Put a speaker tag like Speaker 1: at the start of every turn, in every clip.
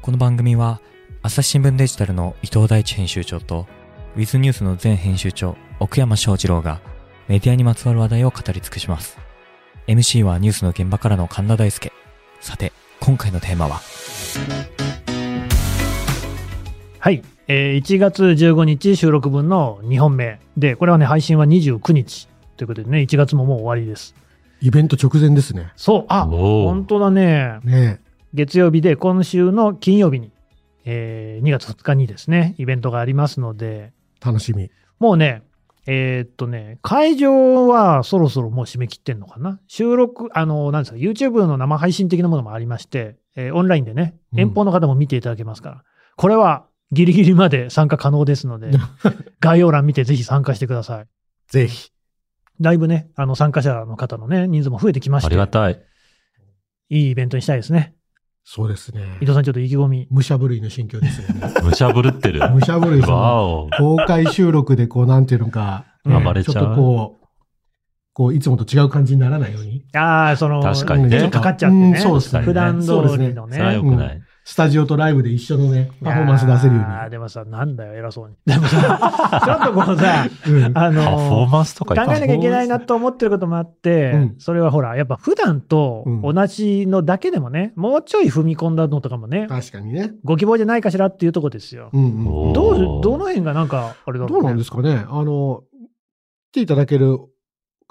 Speaker 1: この番組は朝日新聞デジタルの伊藤大地編集長と Wiz ニュースの前編集長奥山翔二郎がメディアにまつわる話題を語り尽くします MC はニュースの現場からの神田大輔さて今回のテーマは
Speaker 2: はい、えー1月15日収録分の2本目で、これはね、配信は29日ということでね、1月ももう終わりです。
Speaker 3: イベント直前ですね。
Speaker 2: そう、あ
Speaker 4: おー
Speaker 2: 本当だね、
Speaker 3: ね
Speaker 2: 月曜日で今週の金曜日に、えー2月2日にですね、イベントがありますので、
Speaker 3: え楽しみ。
Speaker 2: もうね、えーっとね、会場はそろそろもう締め切ってんのかな、収録、あの、なんですか、YouTube の生配信的なものもありまして、えーオンラインでね、
Speaker 3: うん
Speaker 2: 遠方の方も見ていただけますから、これはギリギリまで参加可能です ので、概要欄見てぜひ参加してください。
Speaker 3: ぜひ。
Speaker 2: だいぶね、あの参加者の方のね、人数も増えてきまし
Speaker 4: あ
Speaker 2: て、
Speaker 4: りがたい。
Speaker 2: いいイベントにしたいですね。
Speaker 3: そうですね
Speaker 2: 伊。藤さん、ちょっと意気込み。
Speaker 3: 武者ぶるいの心境です ね。
Speaker 4: むしゃぶるってる。
Speaker 3: 武者ぶるいその
Speaker 4: わお。
Speaker 3: 公開収録でこう、なんていうのか、ね
Speaker 4: 暴れちゃう
Speaker 3: ちょっとこう、こう、いつもと違う感じにならないように。
Speaker 2: ああ、その、
Speaker 4: 確かに
Speaker 2: ちょっ
Speaker 4: ね
Speaker 2: と。かかっちゃってね。
Speaker 3: うんそうです
Speaker 4: ね
Speaker 2: 普段通りの
Speaker 4: それは
Speaker 2: ね
Speaker 4: 良。くない。
Speaker 3: スタジオとライブで一緒のね、パフォーマンス出せるよ
Speaker 2: ああ、でもさ、なんだよ、偉そうに。 でもさ、ちょっとこうさ、
Speaker 3: うに。う
Speaker 2: あ
Speaker 3: ん。
Speaker 4: パフォー
Speaker 2: の、
Speaker 4: マンスとか
Speaker 2: 考えなきゃいけないなと思ってることもあって、
Speaker 3: うん
Speaker 2: それはほら、やっぱ普段と同じのだけでもね、もうちょい踏み込んだのとかもね、
Speaker 3: 確かにね。
Speaker 2: ご希望じゃないかしらっていうとこですよ。
Speaker 3: うんうん、
Speaker 4: おー
Speaker 2: どう、どの辺がなんか、あれだろ
Speaker 3: どうなんですかね。あの、来ていただける、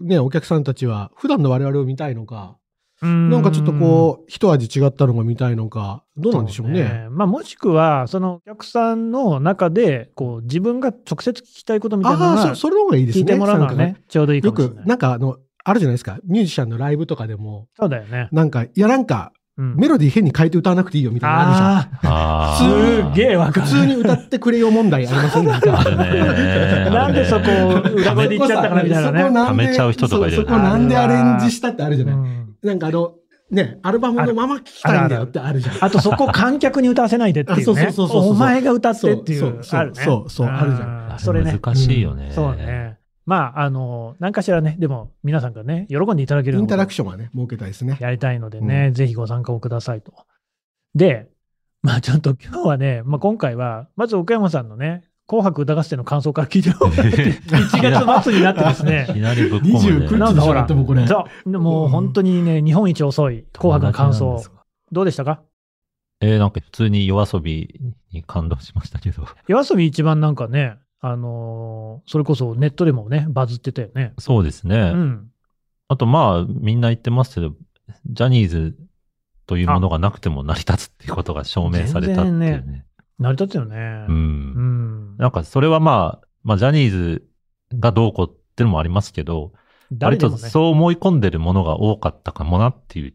Speaker 3: ね、お客さんたちは、普段の我々を見たいのか、
Speaker 2: な
Speaker 3: なんかちょっとこう、一味違ったのが見たいのか、どうなんでしょう
Speaker 2: そ
Speaker 3: ね。
Speaker 2: まあ、もしくは、そのお客さんの中で、こう、自分が直接聞きたいことみたいなの
Speaker 3: ああ
Speaker 2: が
Speaker 3: ー、そ、それの方がいいです
Speaker 2: 聞
Speaker 3: ね。
Speaker 2: いてもらうのは
Speaker 3: 参加が
Speaker 2: ね、ちょうどいいか
Speaker 3: よ
Speaker 2: もしれ
Speaker 3: く
Speaker 2: な、い。
Speaker 3: なんかあの、あるじゃないですか。ミュージシャンのライブとかでも、
Speaker 2: そうだよね。
Speaker 3: なんか、いやなんか、
Speaker 2: うん
Speaker 3: メロディー変に変えて歌わなくていいよみたいなのあるじゃん
Speaker 2: あ
Speaker 4: あ
Speaker 2: あ
Speaker 4: ー
Speaker 2: ー、すっげえわかる。
Speaker 3: 普通に歌ってくれよ問題ありま せんなん
Speaker 4: あ
Speaker 3: か。
Speaker 4: るね。
Speaker 2: な
Speaker 4: あ
Speaker 2: ん
Speaker 4: るね
Speaker 2: でそこを裏声で言っちゃったかなみたいなね
Speaker 3: そこなんで
Speaker 4: 溜めちゃう人とかいるよ
Speaker 3: そ
Speaker 4: ね
Speaker 3: そこなんでアレンジしたってあるじゃ
Speaker 2: う
Speaker 3: ない。
Speaker 2: ん
Speaker 3: なんかあの、ね、アルバムのまま聴きたいんだよってあるじゃん。
Speaker 2: あとそこ観客に歌わせないでってい
Speaker 3: あそううそ
Speaker 2: ね
Speaker 3: う。そうそうそう
Speaker 2: お前が歌ってってい
Speaker 3: そう
Speaker 2: う、
Speaker 3: そう
Speaker 2: あるね。
Speaker 3: そうそうあるじゃ
Speaker 2: ん
Speaker 4: あ
Speaker 2: それね。
Speaker 4: 難しいよね。
Speaker 2: そう。 ね。まあ、あの、何かしらね、でも皆さんがね、喜んでいただける
Speaker 3: インタラク
Speaker 2: シ
Speaker 3: ションはね、設けたいですね。
Speaker 2: やりたいのでね、ぜひご参加をくださいと。で、まあちょっと今日はね、まあ今回は、まず奥山さんのね、紅白歌合戦の感想から聞いても らって、1月末になってですね
Speaker 4: い、きなりぶっ込むね。
Speaker 3: 29
Speaker 2: なんだ
Speaker 3: 日でし
Speaker 2: ほ
Speaker 3: ょ
Speaker 2: ら
Speaker 3: だってもうこれ。
Speaker 2: そう、もう本当にね、日本一遅い紅白の感
Speaker 4: 友達なん
Speaker 2: 想
Speaker 4: です、か。
Speaker 2: どうでしたか
Speaker 4: えー、なんか普通に夜遊びに感動しましたけど。
Speaker 2: 夜遊び一番なんかね、あのーそれこそネットでもね、バズってたよね。
Speaker 4: そうですね。
Speaker 2: うん。
Speaker 4: あとまあ、みんな言ってますけど、ジャニーズというものがなくても成り立つっていうことが証明されたってい
Speaker 2: 全然
Speaker 4: うね
Speaker 2: 成り立つよね。
Speaker 4: う。
Speaker 2: うんん。
Speaker 4: なんかそれはまあ、まあ、ジャニーズがどうこうってのもありますけど、
Speaker 2: 誰でも
Speaker 4: 割と
Speaker 2: ね。
Speaker 4: そう思い込んでるものが多かったかもなっていう、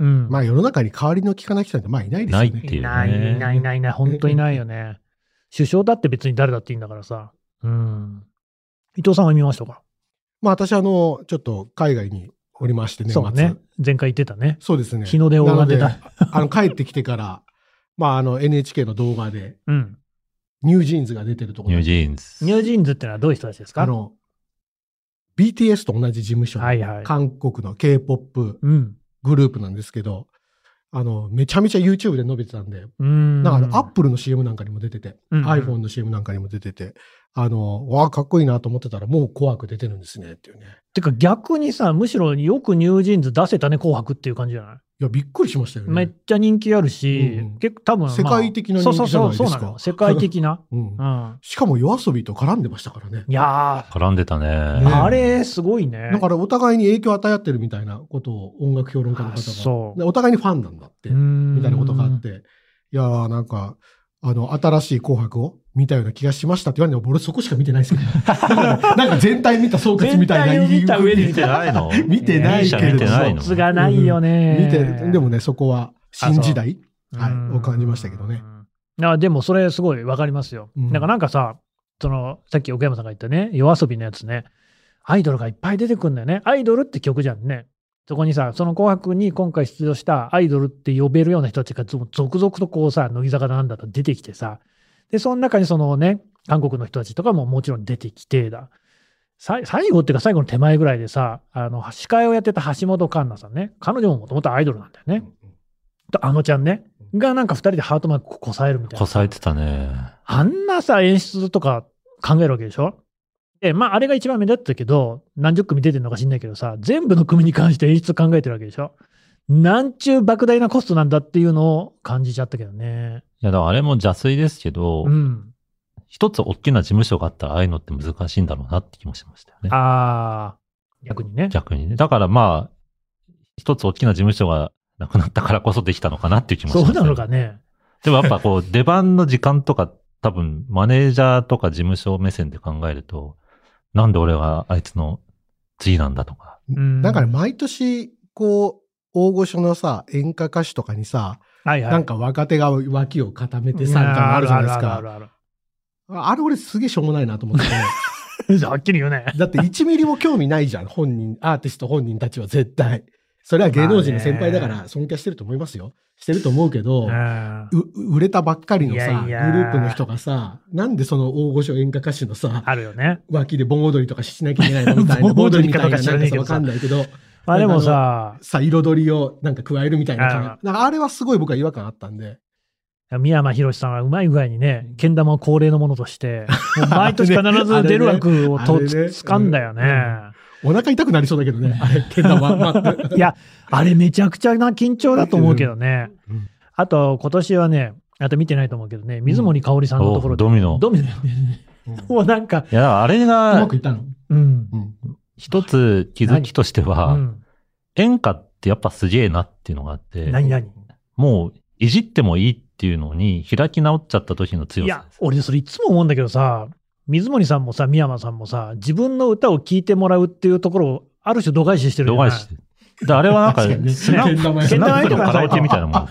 Speaker 2: うん。
Speaker 3: まあ世の中に代わりの聞かない人なんてまあいないですよ
Speaker 4: ない
Speaker 3: ね。
Speaker 4: っていうね
Speaker 2: ない、いない、いない、いない、本当いないよね。 首相だって別に誰だっていいんだからさ。うん。伊藤さんは見ましたか
Speaker 3: まあ私あの、ちょっと海外におりましてね、
Speaker 2: そうね。前回言ってたね。
Speaker 3: そうですね。
Speaker 2: 日の出を拝んでた
Speaker 3: なので。あの、帰ってきてから、 まあ、あの、NHK の動画で、
Speaker 2: うん。
Speaker 3: ニュージーンズが出てるところ。
Speaker 4: ニュージーンズ。
Speaker 2: ニュージーンズってのはどういう人たちですか
Speaker 3: あの、BTS と同じ事務所の、
Speaker 2: はいはい。
Speaker 3: 韓国の K-POP
Speaker 2: うん。
Speaker 3: グループなんですけど、あの、めちゃめちゃ YouTube で伸びてたんで、
Speaker 2: うん。
Speaker 3: なんかあの、Apple の CM なんかにも出てて、
Speaker 2: うん
Speaker 3: iPhone の CM なんかにも出てて、あの、わあ、かっこいいなと思ってたら、もう怖く出てるんですね、っていうね。
Speaker 2: てか逆にさ、むしろよくニュージーンズ出せたね、紅白っていう感じじゃない
Speaker 3: いや、びっくりしましたよね。
Speaker 2: めっちゃ人気あるし、
Speaker 3: うんうん
Speaker 2: 結構多分、まあ
Speaker 3: 世界的な人気じゃないです
Speaker 2: そうそうそうそ
Speaker 3: か
Speaker 2: うなの。 世界的な。
Speaker 3: うん
Speaker 2: う。ん。
Speaker 3: しかも夜遊びと絡んでましたからね。
Speaker 2: いや
Speaker 4: 絡んでたね。
Speaker 2: ー、
Speaker 3: ね
Speaker 2: あれ、すごいね。
Speaker 3: だからお互いに影響を与え合ってるみたいなことを音楽評論家の
Speaker 2: あ
Speaker 3: 方が。
Speaker 2: そう。
Speaker 3: でお互いにファンなんだって、み
Speaker 2: み
Speaker 3: たいなことがあっ。て。いやーなんか、あの、新しい紅白を見たような気がしましたって言われても、俺そこしか見てないですけど。だから、なんか全体見た総括みたいな。
Speaker 2: 全体を見た上で
Speaker 4: 見てないの
Speaker 3: 見てないけれど
Speaker 4: 見て
Speaker 3: も
Speaker 4: ないの
Speaker 2: つがないよね。
Speaker 3: 見て、でもね、そこは新時代
Speaker 2: うん、
Speaker 3: はいを感じましたけどね。
Speaker 2: あでも、それすごいわかりますよ。
Speaker 3: うん
Speaker 2: なんか、なんかさ、その、さっき奥山さんが言ったね、夜遊びのやつね、アイドルがいっぱい出てくるんだよね。アイドルって曲じゃんね。そこにさ、その紅白に今回出場したアイドルって呼べるような人たちがぞ続々とこうさ、乃木坂だなんだと出てきてさ、で、その中にそのね、韓国の人たちとかももちろん出てきてだ。さい最後っていうか最後の手前ぐらいでさ、あの、司会をやってた橋本環奈さんね、彼女ももともとアイドルなんだよね。とあのちゃんね、がなんか2人でハートマークこさえるみたい
Speaker 4: こ
Speaker 2: な。
Speaker 4: さえてたね。
Speaker 2: あんなさ、演出とか考えるわけでしょで、まあ、あれが一番目立ってたけど、何十組出てるのか知んないけどさ、全部の組に関して演出考えてるわけでしょなんちゅう莫大なコストなんだっていうのを感じちゃったけどね。
Speaker 4: いや、だからあれも邪推ですけど、
Speaker 2: うん。
Speaker 4: 一つ大きな事務所があったら、ああいうのって難しいんだろうなって気もしましたよね。
Speaker 2: あー、逆にね。
Speaker 4: 逆にね。だからまあ、一つ大きな事務所がなくなったからこそできたのかなっていう気もしま
Speaker 2: そ
Speaker 4: す
Speaker 2: うなのかね。
Speaker 4: でもやっぱこう、出番の時間とか、多分、マネージャーとか事務所目線で考えると、なんで俺はあいつの次なんだとか。
Speaker 2: うん
Speaker 3: なんかね、毎年、こう、大御所のさ、演歌歌手とかにさ、
Speaker 2: はいはい。
Speaker 3: なんか若手が脇を固めて
Speaker 2: い
Speaker 3: さ、み
Speaker 2: や
Speaker 3: た
Speaker 2: ー
Speaker 3: いなのあるじゃないです
Speaker 2: ある
Speaker 3: か。
Speaker 2: あるある
Speaker 3: あれ俺すげえしょうもないなと 思ってね。
Speaker 2: あるはっきり言うね。
Speaker 3: だって1ミリも興味ないじゃん、本人、アーティスト本人たちは絶対。それは芸能人の先輩だか
Speaker 2: まあ
Speaker 3: ら尊敬してると思いますよ。してると思うけど、
Speaker 2: うん
Speaker 3: う売れたばっかりのさ
Speaker 2: いやいや
Speaker 3: グループの人がさ、なんでその大御所演歌歌手のさ、
Speaker 2: あるよね。
Speaker 3: 脇で盆踊りとかしなきゃいけないのみた いな、
Speaker 2: 盆
Speaker 3: 盆
Speaker 2: 踊
Speaker 3: 踊
Speaker 2: り
Speaker 3: りみ
Speaker 2: か
Speaker 3: た
Speaker 2: どうか
Speaker 3: いな、
Speaker 2: 知ら
Speaker 3: なん
Speaker 2: ねえけ
Speaker 3: かさ
Speaker 2: ど
Speaker 3: わ
Speaker 2: さ
Speaker 3: かんないけど、
Speaker 2: まあでもさ、
Speaker 3: さ、彩りをなんか加えるみたいな感じ
Speaker 2: あ
Speaker 3: なんかあれはすごい僕は違和感あったんで。
Speaker 2: 三山ひろしさんはうまい具合にね、けん玉を恒例のものと して、もう毎年必ず出る枠をと
Speaker 3: あれねあれね
Speaker 2: つかんだよね。
Speaker 3: お腹痛くなりそうだけどね、あれ、けん 玉。まあ
Speaker 2: いや、あれめちゃくちゃな緊張だと思うけどね
Speaker 3: うん。
Speaker 2: あと、今年はね、あと見てないと思うけどね、水森かおりさんのところ
Speaker 4: お
Speaker 2: で、
Speaker 4: ドミノ。
Speaker 2: ドミノだよね。
Speaker 3: うん
Speaker 2: もうなんか、
Speaker 4: いや、あれ
Speaker 3: うま
Speaker 4: が
Speaker 3: く、いったの
Speaker 2: うん。
Speaker 3: うん
Speaker 4: 一つ気づきとして
Speaker 2: う
Speaker 4: は、
Speaker 2: ん、
Speaker 4: 演歌ってやっぱすげえなっていうのがあって、
Speaker 2: 何々。
Speaker 4: もう、いじってもいいっていうのに開き直っちゃった時の強
Speaker 2: い
Speaker 4: さ
Speaker 2: や
Speaker 4: です、。
Speaker 2: 俺それいつも思うんだけどさ、水森さんもさ、三山さんもさ、自分の歌を聴いてもらうっていうところを、ある種度外視してるじ
Speaker 4: 度
Speaker 2: ゃない
Speaker 4: 外視で。であれはなん か、
Speaker 3: 確かにね
Speaker 4: スナ
Speaker 3: けん玉
Speaker 4: ッ
Speaker 3: や
Speaker 4: プ、スナッ
Speaker 2: けん
Speaker 4: プの
Speaker 2: 玉やってくだ
Speaker 4: カ
Speaker 2: さ
Speaker 4: ラ
Speaker 2: い
Speaker 4: オケみたいな もん。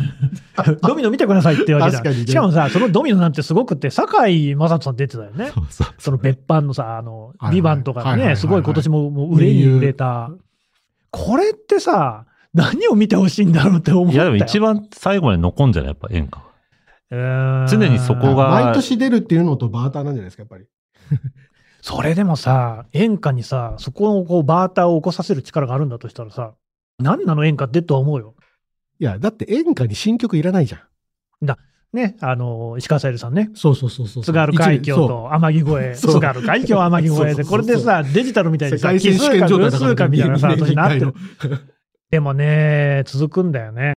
Speaker 2: ドミノ見てくださいってわけじゃん。
Speaker 3: 確かにね
Speaker 2: しかもさ、そのドミノなんてすごくって、堺井雅人さん出てたよ ね。
Speaker 4: そうそう
Speaker 2: その別班のさ、あの
Speaker 3: は、いはい
Speaker 2: ビバンと
Speaker 3: は
Speaker 2: か
Speaker 3: いはいはいは
Speaker 2: ね、
Speaker 3: い
Speaker 2: すごい今年ももう売れに売れた。これってさ、何を見てほしいんだろうって思った
Speaker 4: いや、でも一
Speaker 2: 番
Speaker 4: 番最後まで残んじゃないやっぱ演歌は。常にそこが
Speaker 3: 毎年出るっていうのとバーターなんじゃないですか、やっぱり。
Speaker 2: それでもさ、演歌にさ、そこをこうバーターを起こさせる力があるんだとしたらさ、何なの演歌ってとは思うよ。
Speaker 3: いや、だって演歌に新曲いらないじゃん。
Speaker 2: ね、あの、石川さゆりさんね。
Speaker 3: そうそうそうそう。
Speaker 2: 津軽海峡
Speaker 3: そう
Speaker 2: と天城越え。
Speaker 3: そう
Speaker 2: 津軽海峡天城越え
Speaker 3: そ
Speaker 2: で、
Speaker 3: う
Speaker 2: これでさ、デジタルみたいに
Speaker 3: 世
Speaker 2: さ、
Speaker 3: 界選手権状態
Speaker 2: 偶
Speaker 3: だから
Speaker 2: 数かみたいなさ、
Speaker 3: 人間
Speaker 2: 年になってる。
Speaker 3: 一回の
Speaker 2: でもね、続くんだよね。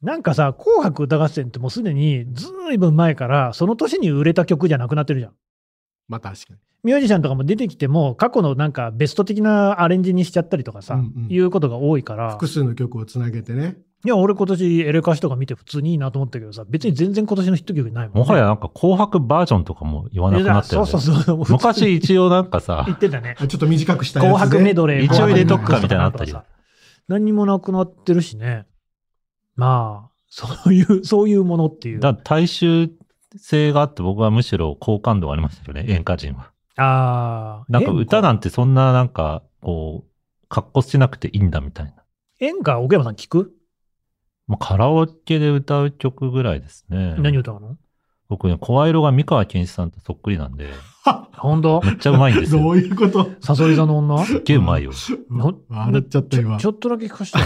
Speaker 2: なんかさ、紅白歌合戦ってもうすでにずいぶん前から、その年に売れた曲じゃなくなってるじゃん。
Speaker 3: まあ確かに。
Speaker 2: ミュージシャンとかも出てきても、過去のなんかベスト的なアレンジにしちゃったりとかさ、
Speaker 3: うんうん
Speaker 2: いうことが多いから
Speaker 3: 複、数の曲をつなげてね。
Speaker 2: いや、俺今年エレカシとか見て普通にいいなと思ったけどさ、別に全然今年のヒット曲ないもん、ね。
Speaker 4: もはやなんか紅白バージョンとかも言わなくなったよ
Speaker 2: いや
Speaker 4: ね
Speaker 2: そう。そうそう。
Speaker 4: 昔一応なんかさ
Speaker 2: 言、ってたね。
Speaker 3: あちょっと短くしたやつで
Speaker 2: 紅白メドレー、
Speaker 4: 一応入れとくかみたいなのあ
Speaker 2: の
Speaker 4: ったり
Speaker 2: 何にもなくなってるしね。まあ、そういう、 そういうものっていう。
Speaker 4: だから大衆性があって僕はむしろ好感度がありましたよね、演歌人は。
Speaker 2: ああ。
Speaker 4: なんか歌
Speaker 2: だ
Speaker 4: なんてそんななんか、こう、格好しなくていいんだみたいな。
Speaker 2: 演歌、奥山さん聞く、
Speaker 4: まあ、カラオケで歌う曲ぐらいですね。
Speaker 2: 何歌うの
Speaker 4: 僕ね、声色が三河健一さんとそっくりなんで、
Speaker 3: は
Speaker 2: 本当
Speaker 4: めっちゃうまいんです
Speaker 3: ど
Speaker 4: よ。
Speaker 3: ういうこと
Speaker 2: サソリ座の 女
Speaker 4: すっげえうまいよ。
Speaker 2: の
Speaker 3: 笑っちゃった今
Speaker 2: ちょ。ちょっとだけ聞かせて。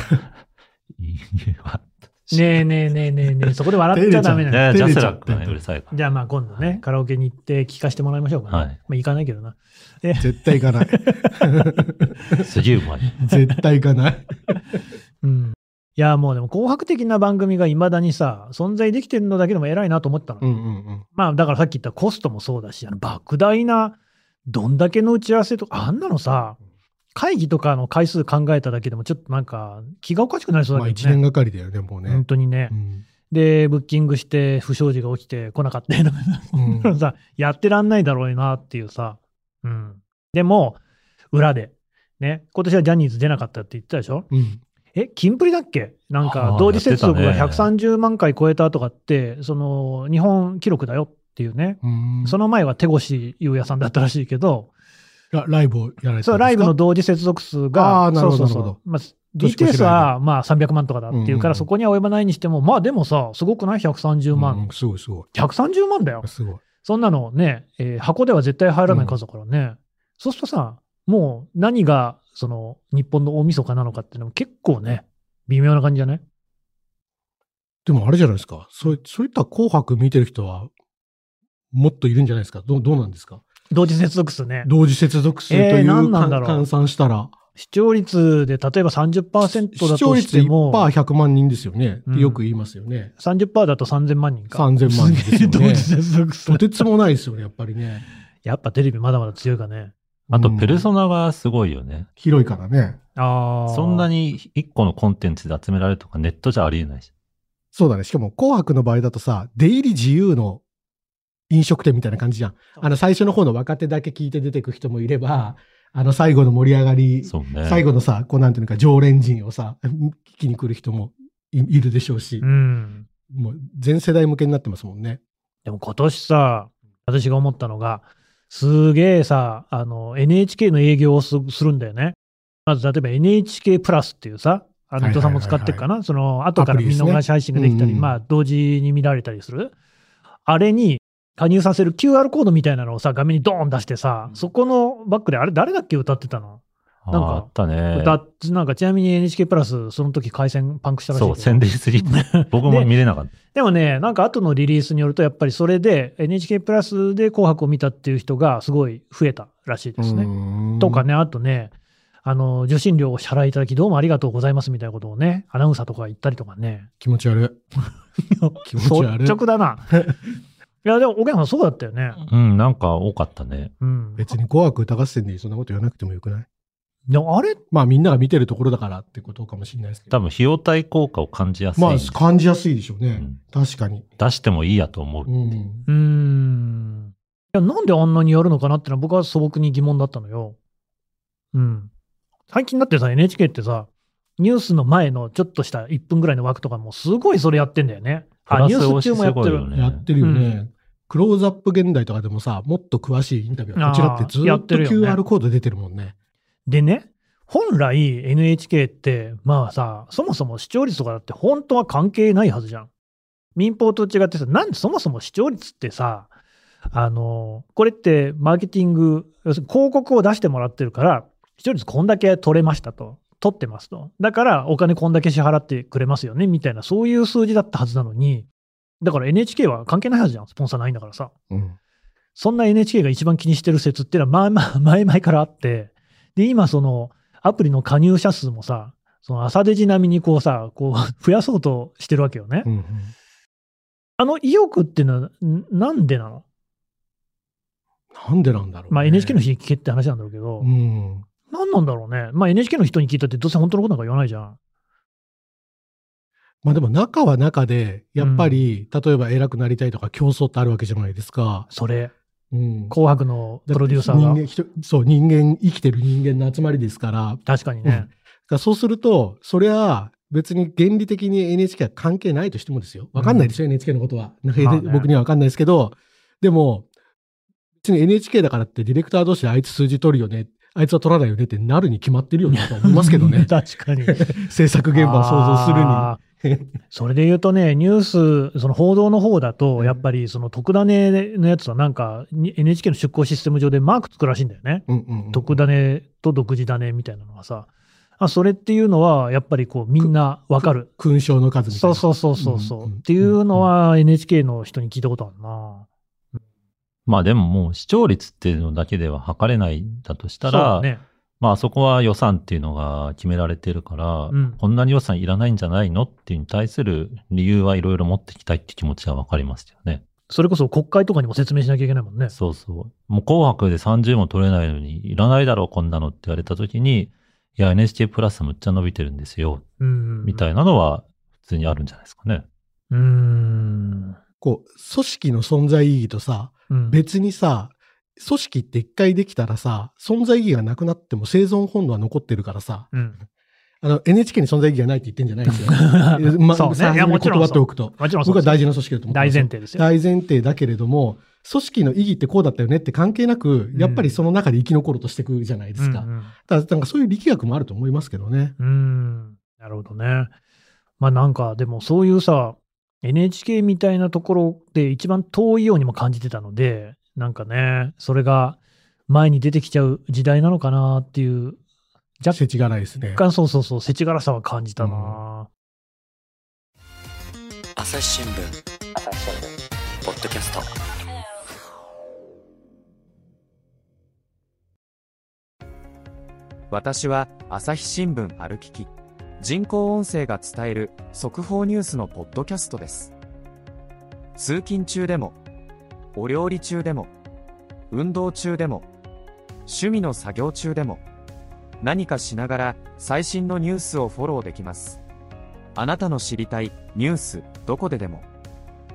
Speaker 4: いいわ。
Speaker 2: ねえねえねえねえね え、そこで笑っちゃダメなの。
Speaker 3: 照
Speaker 4: ねジャ
Speaker 3: れ
Speaker 4: ス
Speaker 3: ちゃ
Speaker 4: ラッ
Speaker 3: っ
Speaker 4: ク
Speaker 3: てんだ
Speaker 4: がね、うるさいから。
Speaker 2: じゃあまあ今度ね、カラオケに行って聞かせてもらいましょうか、ね。
Speaker 4: はい
Speaker 2: まあ行かないけどな。
Speaker 3: 絶対行かない。
Speaker 4: すげえうまい。
Speaker 3: 絶対行かない。
Speaker 2: うん。いやもうでも紅白的な番組がいまだにさ、存在できてるのだけでも偉いなと思ったの。
Speaker 3: うんうんうん。
Speaker 2: まあだからさっき言ったコストもそうだし、あの莫大な、どんだけの打ち合わせとか、あんなのさ、会議とかの回数考えただけでもちょっとなんか気がおかしくなりそうだ
Speaker 3: まあ
Speaker 2: け
Speaker 3: 一
Speaker 2: どね。
Speaker 3: 年がかりだよね、もうね
Speaker 2: 本。当にね
Speaker 3: う。ん
Speaker 2: で、ブッキングして不祥事が起きて来なかった りとか
Speaker 3: うん
Speaker 2: そのさ、やってらんないだろうなっていうさ。うん。でも、裏で。ね。今年はジャニーズ出なかったって言ってたでしょ
Speaker 3: うん
Speaker 2: え、キンプリだっけなん
Speaker 4: あ
Speaker 2: か
Speaker 4: ー、
Speaker 2: 同時接続
Speaker 4: や
Speaker 2: が
Speaker 4: ってた
Speaker 2: 130万回超えたとかって、その、日本記録だよっていうね。
Speaker 3: うん
Speaker 2: その前は手越優也さんだったらしいけど、
Speaker 3: ラライブをやら
Speaker 2: そう、
Speaker 3: れてたんですか
Speaker 2: ライブの同時接続数が、
Speaker 3: あーなるほど
Speaker 2: そうそうそう
Speaker 3: なるほ
Speaker 2: まあ、
Speaker 3: 年越しライブ
Speaker 2: BTS は、まあ、300万とかだっていう
Speaker 3: うん
Speaker 2: か
Speaker 3: うんう
Speaker 2: ら、
Speaker 3: ん
Speaker 2: そこには及ばないにしても、まあ、でもさ、すごくない ?130 万。
Speaker 3: うんすごいすごい。
Speaker 2: 130万だよ。
Speaker 3: すごい。
Speaker 2: そんなのね、えー箱では絶対入らない数だからね、そうするとさ、もう何がその日本の大晦日なのかっていうのも結構ね、微妙な感じじゃない
Speaker 3: どでもあれじゃないですか。そう、そういった紅白見てる人は、もっといるんじゃないですか。どう、どうなんですか
Speaker 2: 同時接続数ね。
Speaker 3: 同時接続数と
Speaker 2: えー
Speaker 3: いうか、
Speaker 2: 何なんだろう
Speaker 3: 換算したら。
Speaker 2: 視聴率で例えば30%だ
Speaker 3: 視聴
Speaker 2: とし
Speaker 3: 率
Speaker 2: ても、
Speaker 3: 1%100 万人ですよね。
Speaker 2: うん
Speaker 3: よく言いますよね。
Speaker 2: 30%だと3000万人か。
Speaker 3: 3000万人です
Speaker 2: す
Speaker 3: よ
Speaker 2: げえ同時
Speaker 3: ね。
Speaker 2: 接続数
Speaker 3: と。てつもないですよね、やっぱりね。
Speaker 2: やっぱテレビまだまだ強いかね。
Speaker 4: あと、ペル
Speaker 3: ナ。
Speaker 4: ソナがすごいよね。
Speaker 3: 広いからね。
Speaker 2: ああ。
Speaker 4: そんな
Speaker 2: に。
Speaker 4: に一個のコンテンツで集められるとか、ネットじゃありえないし。
Speaker 3: そうだね。しかも、紅白の場合だとさ、出入り自由の飲食店みたいな感じじゃん。あの、最初の方の若手だけ聞いて出てく人もいれば、あの、最後の盛り上がり、
Speaker 4: そうね。
Speaker 3: 最後のさ、こうなんていうのか、常連人をさ、聞きに来る人もいいるでしょうし
Speaker 2: う、ん。
Speaker 3: もう全世代向けになってますもんね。
Speaker 2: でも今年さ、私が思ったのが、すげえさ、あの、NHK の営業をすするんだよね。まず、例えば NHK プラスっていうさ、あの、
Speaker 3: はいはいはいはい
Speaker 2: 伊藤さんも使ってるかなその、後から
Speaker 3: アプリで
Speaker 2: 見
Speaker 3: すね
Speaker 2: 逃し配信ができたり、
Speaker 3: うんうん
Speaker 2: まあ、同時に見られたりする。あれに、加入させる QR コードみたいなのをさ、画面にドーン出してさ、そこのバックで、あれ誰だっけ歌ってたの、
Speaker 4: あ
Speaker 2: なんか
Speaker 4: あったね。
Speaker 2: 歌っなんかちなみに NHK プラス、その時回線パンクしたらしいけど。
Speaker 4: そう、宣伝しすぎて。僕も見れなかった。
Speaker 2: でもね、なんか後のリリースによると、やっぱりそれで NHK プラスで紅白を見たっていう人がすごい増えたらしいですね。とか
Speaker 3: ね。
Speaker 2: ね、あとね、あの受信料をお支払いいただき、どうもありがとうございますみたいなことをね、アナウンサーとかが言ったりとかね、
Speaker 3: 気持ち悪 気持ち悪い
Speaker 2: 率直だな。いや、でも、おげんさん、そうだったよね。
Speaker 4: うん、なんか多かったね。
Speaker 2: うん
Speaker 3: い。。別に紅白歌合戦でそんなこと言わなくてもよくない
Speaker 2: でもあれ、
Speaker 3: まあみんなが見てるところだからってことかもしれないですけ
Speaker 4: 多
Speaker 3: ど。
Speaker 4: 分、費用対効果を感じやすい。
Speaker 3: まあ感じやすいでしょう
Speaker 4: う
Speaker 3: ね。
Speaker 4: ん
Speaker 3: 確かに。
Speaker 4: 出してもいいやと思う。
Speaker 3: うん。
Speaker 2: うーん。いや、なんであんなにやるのかなってのは、僕は素朴に疑問だったのよ。うん。最近だってさ、NHK ってさ、ニュースの前のちょっとした1分ぐらいの枠とかもすごいそれやってんだよね。
Speaker 4: プ
Speaker 2: あ、
Speaker 4: ラ
Speaker 2: ニ
Speaker 4: ス
Speaker 2: ュース中もやって
Speaker 4: 推しすごい
Speaker 2: る。
Speaker 4: よね
Speaker 3: やってるよ
Speaker 2: う
Speaker 3: ね。クローズアップ現代とかでもさ、もっと詳しいインタビューがこちらってず
Speaker 2: あーや
Speaker 3: ー
Speaker 2: っ
Speaker 3: ってと
Speaker 2: るよね
Speaker 3: QR コード出てるもんね。
Speaker 2: でね、本来 NHK って、まあさ、そもそも視聴率とかだって本当は関係ないはずじゃん。民放と違ってさ、なんでそもそも視聴率ってさ、あの、これってマーケティング、要するに広告を出してもらってるから、視聴率こんだけ取れましたと。取ってますと。だからお金こんだけ支払ってくれますよね、みたいな、そういう数字だったはずなのに、だから NHK は関係ないはずじゃん。スポンサーないんだからさ。
Speaker 3: うん。
Speaker 2: そんな NHK が一番気にしてる説っていうのは、まあまあ、 前々からあって、で、今、その、アプリの加入者数もさ、その朝デジ並みにこうさ、こう、 増やそうとしてるわけよね。
Speaker 3: うんうん
Speaker 2: あの意欲っていうのは、んなんでなの
Speaker 3: なんでなんだろうね。
Speaker 2: まあ、NHK の人に聞けって話なんだろうけど
Speaker 3: う、ん。
Speaker 2: なんなんだろうね。まあ、NHK の人に聞いたって、どうせ本当のことなんか言わないじゃん。
Speaker 3: まあでも中は中で、やっぱり、例えば偉くなりたいとか競争ってあるわけじゃないですか。
Speaker 2: それ、
Speaker 3: うん。
Speaker 2: 紅白のプロデューサ
Speaker 3: だっ
Speaker 2: ー
Speaker 3: て
Speaker 2: が。
Speaker 3: 人間人そう、人間、生きてる人間の集まりですから。
Speaker 2: 確かにね。
Speaker 3: だからそうすると、そりゃ、別に原理的に NHK は関係ないとしてもですよ。わかんないですよ、NHK のことは。なんか
Speaker 2: まあね
Speaker 3: 僕にはわかんないですけど、でも、別に NHK だからってディレクター同士であいつ数字取るよね、あいつは取らないよねってなるに決まってるよねとは思いますけ どね。
Speaker 2: 確かに。
Speaker 3: 制作現場を想像するに。
Speaker 2: あーそれで言うとね、ニュース、その報道の方だと、やっぱりその特ダネのやつはなんか、に NHK の出向システム上でマークつくらしいんだよね。
Speaker 3: うんうんうん
Speaker 2: 特ダネと独自ダネみたいなのはさ。あそれっていうのは、やっぱりこう、みんなわかる。
Speaker 3: 勲章の数みたい
Speaker 2: そう
Speaker 3: な。
Speaker 2: そうそうそうそう。
Speaker 3: うんうんうん
Speaker 2: っていうのは NHK の人に聞いたことあるな。
Speaker 4: まあでももう視聴率っていうのだけでは測れないんだとした
Speaker 2: そうだ
Speaker 4: ら、
Speaker 2: ね、
Speaker 4: まあそこは予算っていうのが決められてるから、
Speaker 2: うん
Speaker 4: こんなに予算いらないんじゃないのっていうに対する理由はいろいろ持ってきたいって気持ちはわかりますよね。
Speaker 2: それこそ国会とかにも説明しなきゃいけないもんね。
Speaker 4: そうそう。もう紅白で30も取れないのに、いらないだろうこんなのって言われた時に、いや NHK プラスむっちゃ伸びてるんですよ、
Speaker 2: うん。
Speaker 4: みた
Speaker 2: い。
Speaker 4: いなのは普通にあるんじゃないですかね。
Speaker 2: うーん。
Speaker 3: こう、組織の存在意義とさ、
Speaker 2: うん
Speaker 3: 別にさ、組織って一回できたらさ、存在意義がなくなっても生存本能は残ってるからさ、
Speaker 2: うん。
Speaker 3: あの、NHK に存在意義がないって言ってんじゃな いですよ。ま
Speaker 2: そうね
Speaker 3: 最初
Speaker 2: いや
Speaker 3: に
Speaker 2: もちろん
Speaker 3: 断っておくと。
Speaker 2: もちろんそう
Speaker 3: 僕
Speaker 2: で
Speaker 3: は
Speaker 2: す
Speaker 3: 大事な組織だと思ってま
Speaker 2: 大
Speaker 3: す
Speaker 2: 前提ですよ。
Speaker 3: 大前提だけれども、組織の意義ってこうだったよねって関係なく、やっぱりその中で生き残ろうとしていくじゃないですか。
Speaker 2: うんうん
Speaker 3: だからなんかそういう力学もあると思いますけどね。
Speaker 2: うーん、なるほどね。まあなんか、でもそういうさ、NHK みたいなところで一番遠いようにも感じてたので、なんかね、それが前に出てきちゃう時代なのかなっていう、若
Speaker 3: 世知辛いですね。
Speaker 2: 干そうそうそう、世知辛さは感じたな。
Speaker 1: 朝
Speaker 5: 朝日新聞ポッドキャスト
Speaker 6: 私は朝日新聞歩きき人工音声が伝える速報ニュースのポッドキャストです通勤中でもお料理中でも運動中でも趣味の作業中でも何かしながら最新のニュースをフォローできますあなたの知りたいニュースどこででも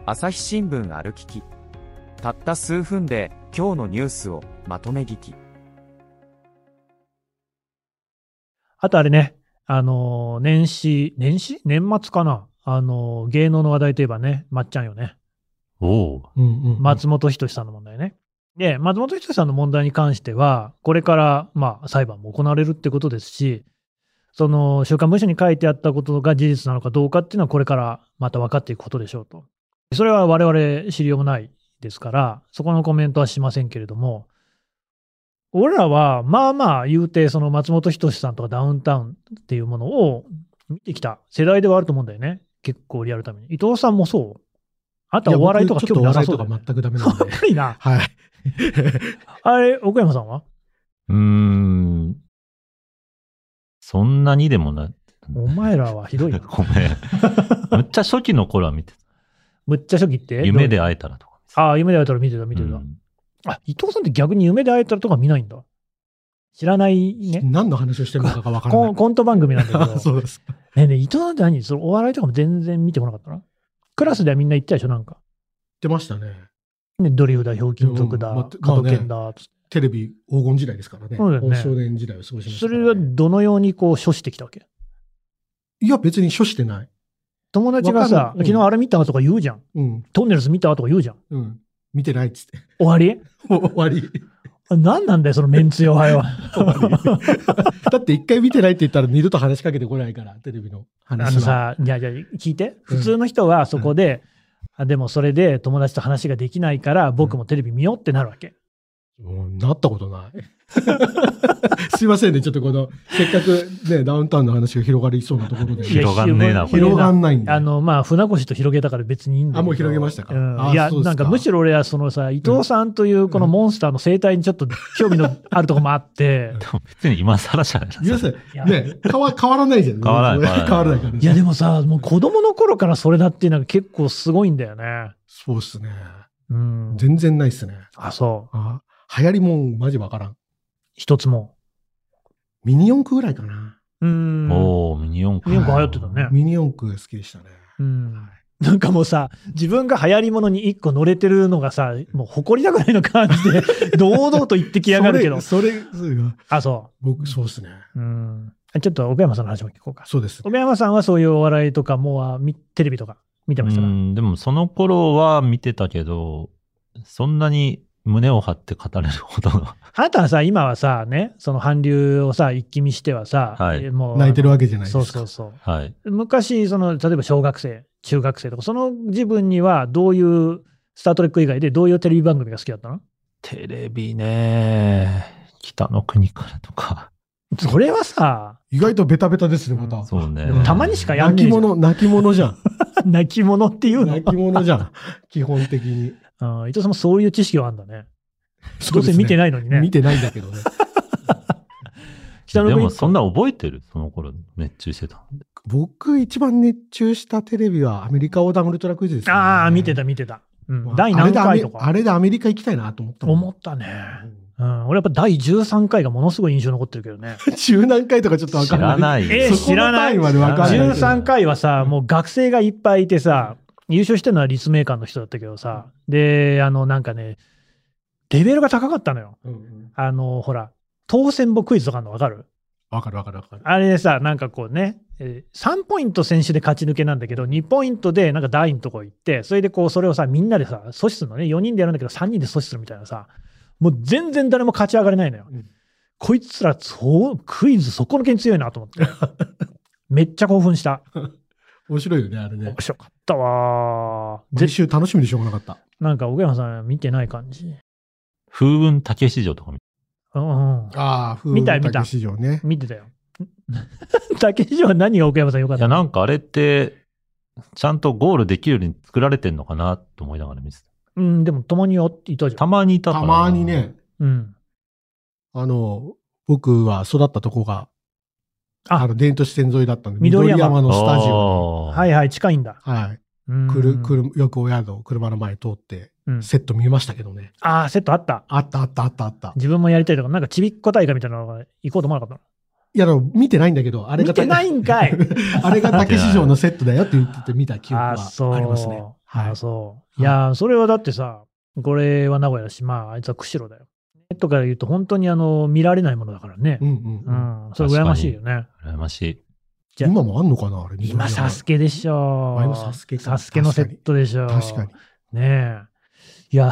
Speaker 6: 朝日新聞歩ききたった数分で今日のニュースをまとめ聞き
Speaker 2: あとあれね、あのー、年始、年始年末かなあのー、芸能の話題といえばね、まっちゃんよね。
Speaker 4: おお。
Speaker 3: うんうんうん
Speaker 2: 松本人志さんの問題ね。で、松本人志さんの問題に関しては、これから、まあ、裁判も行われるってことですし、その、週刊文春に書いてあったことが事実なのかどうかっていうのは、これからまた分かっていくことでしょうと。それは我々知りようもないですから、そこのコメントはしませんけれども、俺らは、まあまあ言うて、その松本人志さんとかダウンタウンっていうものを見てきた世代ではあると思うんだよね。結構リアルタイムに。伊藤さんもそうあとはお笑いとか
Speaker 3: や僕ちょ
Speaker 2: 興
Speaker 3: っと
Speaker 2: 味
Speaker 3: お
Speaker 2: なさ
Speaker 3: 笑い
Speaker 2: そう
Speaker 3: と
Speaker 2: だ
Speaker 3: か
Speaker 2: よね、
Speaker 3: 全くダメなんで。
Speaker 2: やっぱりな。
Speaker 3: はい。
Speaker 2: あれ、奥山さんは
Speaker 4: うーん。そんなにでもない。
Speaker 2: お前らはひ どいよ。
Speaker 4: ごめん。むっちゃ初期の頃は見て
Speaker 2: むっちゃ初期って
Speaker 4: た。夢で会えたらとか。
Speaker 2: ああ、夢で会えたら見てた、見てた、
Speaker 4: うん
Speaker 2: あ、伊藤さんって逆に夢で会えたらとか見ないんだ。知らないね。
Speaker 3: 何の話をしてるのかが分から
Speaker 2: コ
Speaker 3: な
Speaker 2: ン
Speaker 3: い。
Speaker 2: コント番組なんだけ
Speaker 3: あ
Speaker 2: ど。
Speaker 3: そうです。
Speaker 2: ねえねえ、伊藤さんって何そのお笑いとかも全然見てこなかったな。クラスではみんな行ったでしょ、なんか。
Speaker 3: 出ましたね。
Speaker 2: ね、ドリフだ、ひょうきん族だ、
Speaker 3: うんまあ
Speaker 2: 加藤健だ、つっ
Speaker 3: テレビ黄金時代ですからね。
Speaker 2: そうだよね
Speaker 3: 青少年時代を過ごしてました
Speaker 2: そ
Speaker 3: から
Speaker 2: れ
Speaker 3: ね、
Speaker 2: はどのようにこう処してきたわけ
Speaker 3: いや、別に処してない。
Speaker 2: 友達が
Speaker 3: わか
Speaker 2: さ、
Speaker 3: んな
Speaker 2: 昨
Speaker 3: い
Speaker 2: 日あれ見たとか言うじゃん。
Speaker 3: うん。
Speaker 2: トンネルズ見たとか言うじゃん。
Speaker 3: うん。見てないっつって。
Speaker 2: 終わり
Speaker 3: もう終わり。
Speaker 2: あ何なんだよ、そのメンツよ、あれは。
Speaker 3: だって一回見てないって言ったら二度と話しかけてこないから、テレビの
Speaker 2: あ
Speaker 3: 話
Speaker 2: の
Speaker 3: は。
Speaker 2: さ、じゃあじゃあ聞いて。普通の人はそこで、あでもそれで友達と話ができないから、僕もテレビ見ようってなるわけ。
Speaker 3: もうなったことない。 すいませんね、ちょっとこの、せっかくね、ダウンタウンの話が広がりそうなところで。
Speaker 2: いや
Speaker 4: 広がんねえなこれ
Speaker 3: 広がんないんだ。
Speaker 2: あの、まあ、船越と広げたから別にいいんだけど
Speaker 3: あもう広げましたか
Speaker 2: うん
Speaker 3: あ
Speaker 2: いや、
Speaker 3: そうですか
Speaker 2: なんかむしろ俺はそのさ、伊藤さんというこのモンスターの生態にちょっと興味のあるとこもあって、
Speaker 4: でも別に今更じゃないです
Speaker 3: 皆
Speaker 4: か。
Speaker 3: さん、
Speaker 2: いや
Speaker 3: ね、変わ変わらないじゃん。
Speaker 4: 変わらない
Speaker 3: 変わらないからね。
Speaker 2: いや、でもさ、もう子供の頃からそれだっていうのが結構すごいんだよね。
Speaker 3: そうっすね。
Speaker 2: うん。
Speaker 3: 全然ないっすね。
Speaker 2: あ、そう。
Speaker 3: あ流行りもん、マジわからん。
Speaker 2: 一つも。
Speaker 3: ミニ四駆ぐらいかな。
Speaker 2: うん。
Speaker 4: おおミニ四駆。
Speaker 2: ミニ四駆流行ってたね
Speaker 3: ミニ四駆が好きでしたね。
Speaker 2: うんなんかもうさ、自分が流行り物に一個乗れてるのがさ、もう誇りだぐらいの感じで、 堂々と言ってきやがるけど。
Speaker 3: それ、それ、それが
Speaker 2: あ、そ
Speaker 3: 僕、そうっすね。
Speaker 2: う。うん。ちょっと奥山さんの話も聞こうか。
Speaker 3: そうですね。
Speaker 2: 奥山さんはそういうお笑いとか、もうはみテレビとか見てましたか
Speaker 4: うん、でもその頃は見てたけど、そんなに胸を張って語れるほどの。
Speaker 2: あなたはさ、今はさ、ね、その韓流をさ、一気見してはさ、
Speaker 4: はい
Speaker 2: えもう。
Speaker 3: 泣いてるわけじゃないです
Speaker 2: そう
Speaker 3: か。
Speaker 2: そうそう。
Speaker 4: はい。
Speaker 2: 昔、その、例えば小学生、中学生とか、その自分にはどういう、スタートレック以外でどういうテレビ番組が好きだったの
Speaker 4: テレビね。北の国からとか。
Speaker 2: それはさ、
Speaker 3: 意外とベタベタですね、また。
Speaker 4: そうね
Speaker 3: でも。
Speaker 2: たまにしかやん
Speaker 3: 泣
Speaker 2: ねえ
Speaker 3: き
Speaker 2: じゃん。
Speaker 3: 者、泣き者じゃん。
Speaker 2: 泣き者っていうの
Speaker 3: 泣き者 じゃん。基本的に。
Speaker 2: うん伊藤さんもそういう知識はあんだね。
Speaker 3: そ
Speaker 2: どうせ見て
Speaker 3: ない。
Speaker 2: ないのにね。
Speaker 3: 見てないんだけどね。
Speaker 2: 北の
Speaker 4: で
Speaker 2: 国
Speaker 4: もそんな覚えてるその頃熱中してたの。
Speaker 3: 僕、一番熱中したテレビはアメリカオーダーウルトラクイズです、ね。
Speaker 2: ああ、見てた、見てた。うん
Speaker 3: まあ。
Speaker 2: 第何回と
Speaker 3: あ
Speaker 2: か。
Speaker 3: れでアメリあれでアメリカ行きたいなと思ったもん
Speaker 2: 思ったね。うん。俺やっぱ第13回がものすごい印象に残ってるけどね。
Speaker 3: 十何回とかちょっとわ
Speaker 4: 知
Speaker 3: かんない。
Speaker 4: らない
Speaker 2: え
Speaker 4: よ。
Speaker 2: ー知らない
Speaker 3: そこの単位までわかんない。
Speaker 2: 13回はさ、もう学生がいっぱいいてさ、優勝してるのは立命館の人だったけどさ、で、あの、なんかね、レベルが高かったのよ。
Speaker 3: うんうん
Speaker 2: あの、ほら、当選簿クイズとかあんのわかる
Speaker 3: わかるわかるわかる。
Speaker 2: あれでさ、なんかこうね、えー3ポイント選手で勝ち抜けなんだけど、2ポイントでなんか台のとこ行って、それでこう、それをさ、みんなでさ、阻止するのね、4人でやるんだけど、3人で阻止するみたいなさ、もう全然誰も勝ち上がれないのよ。
Speaker 3: うん
Speaker 2: こいつら、そう、クイズそこの件強いなと思って。めっちゃ興奮した。
Speaker 3: 面白いよね、あれね
Speaker 2: 面。白かったわー。
Speaker 3: 毎
Speaker 2: ぜ
Speaker 3: 週楽しみでしょうがなかった。
Speaker 2: なんか、奥山さん見てない感じ。
Speaker 4: 風雲竹市場とか見
Speaker 2: うんうん。
Speaker 3: ああ、風
Speaker 2: 見た見た
Speaker 3: 雲市場ね。
Speaker 2: 見てたよ。ん 竹内は何が奥山さんよか
Speaker 4: た
Speaker 2: っ
Speaker 4: いや、
Speaker 2: た
Speaker 4: なんかあれって、ちゃんとゴールできるように作られてんのかなと思いながら見てた。
Speaker 2: うん、でも共におっていたじゃ
Speaker 4: た
Speaker 2: ん。
Speaker 4: まにいた
Speaker 3: た
Speaker 4: から。
Speaker 3: まにね、
Speaker 2: うん。
Speaker 3: あの、僕は育ったとこが、
Speaker 2: あ
Speaker 3: あの、電都市線沿いだったんで、
Speaker 2: 緑
Speaker 3: 緑
Speaker 2: 山
Speaker 3: 山のスタジオ
Speaker 4: オ
Speaker 2: はいはい、近いんだ。
Speaker 3: に。はい。
Speaker 2: うん
Speaker 3: くる、くる、よくお宿、車の前通って、
Speaker 2: うん
Speaker 3: セット見ましたけどね。
Speaker 2: ああ、セットあった。
Speaker 3: あったあったあったあった。
Speaker 2: 自分もやりたいとか、なんかちびっこ大会みたいなのが行こうと思わなかっ
Speaker 3: いや、でも見てないんだけど、
Speaker 2: た
Speaker 3: あれ
Speaker 2: の。見
Speaker 3: が
Speaker 2: てないんかい
Speaker 3: あれが竹市場のセットだよって言ってて見た 記憶
Speaker 2: あ
Speaker 3: は
Speaker 2: あ、そう。
Speaker 3: ありますね。はい
Speaker 2: ああ、そう。
Speaker 3: はい
Speaker 2: いやー、それはだってさ、これは名古屋だし、まあ、あいつは釧路だよ。とか言うと、本当にあの、見られないものだからね
Speaker 3: う。んう
Speaker 2: うん
Speaker 3: う
Speaker 2: ん。
Speaker 3: ん。
Speaker 2: それ羨ましいよね。
Speaker 4: 羨ましい。
Speaker 2: じゃあ
Speaker 3: 今もあんのかなあれ、
Speaker 2: 今、
Speaker 3: 緑
Speaker 2: サ
Speaker 3: 山
Speaker 2: スケでしょ。
Speaker 3: 前もサスケか
Speaker 2: サスケのセットでしょ。
Speaker 3: 確か。
Speaker 2: ねえ。いや、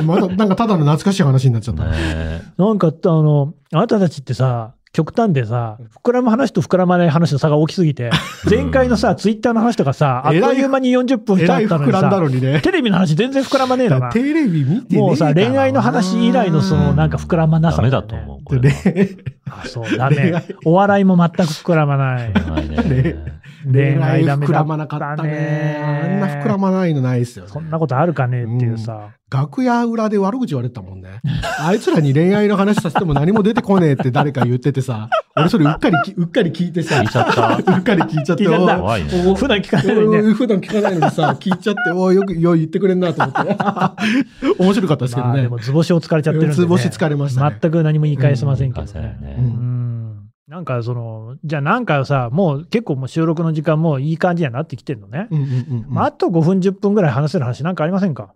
Speaker 3: に。また、なんかただの懐かしい話になっちゃった。
Speaker 4: ね
Speaker 2: なんか、あの、あなたたちってさ、極端でさ、膨らむ話と膨らまない話の差が大きすぎ て、前回のさ、ツイッターの話とかさ、あっ
Speaker 3: えら
Speaker 2: と
Speaker 3: い
Speaker 2: いう間に40分
Speaker 3: えら
Speaker 2: 経
Speaker 3: い
Speaker 2: ったの
Speaker 3: 膨
Speaker 2: に
Speaker 3: らんだ
Speaker 2: さ、
Speaker 3: の にね。
Speaker 2: テレビの話全然膨らまねえのな。
Speaker 3: テレビ見てねえからな
Speaker 2: もうさ、恋愛の話以来のその、なんか膨らまなさ、
Speaker 4: ダメだと思う、これ
Speaker 3: で
Speaker 4: は。
Speaker 3: ね
Speaker 2: あ、そう、ダ
Speaker 3: 恋
Speaker 2: メ
Speaker 3: 愛。
Speaker 2: お笑いも全く膨らまない。
Speaker 4: ないね。
Speaker 2: 恋
Speaker 3: 恋
Speaker 2: 愛
Speaker 3: 愛
Speaker 2: ダメだったね
Speaker 3: 膨らまなかったね。あんな膨らまないのないですよね。
Speaker 2: そんなことあるかねっていうさ。
Speaker 3: 楽屋裏で悪口言われてたもんね。あいつらに恋愛の話させても何も出てこねえって誰か言っててさ、 俺それうっかりき、うっかり聞いてさ、
Speaker 4: 聞いちゃった
Speaker 3: うっかり聞いちゃって、
Speaker 2: 聞いちゃった
Speaker 3: お
Speaker 4: 怖いね。
Speaker 3: お
Speaker 2: 普段聞かないのにね。
Speaker 3: 俺普段聞かないのにさ、聞いちゃって、おいよく、よう言って くれんなと思って。面白かったですけど
Speaker 2: まあ
Speaker 3: ね
Speaker 2: で。も、図星を疲れちゃってるんで、ね。
Speaker 3: 図星疲れましたね
Speaker 2: 全く何も言い返せませんけ
Speaker 4: 返
Speaker 2: ど
Speaker 4: せない
Speaker 2: ね。
Speaker 3: う
Speaker 4: ね。
Speaker 2: うんん。なんかその、じゃあなんかさ、もう結構もう収録の時間もいい感じにはなってきてるのね。
Speaker 3: うんうんうんうん
Speaker 2: まあ、あと5分、10分ぐらい話せる話なんかありませんか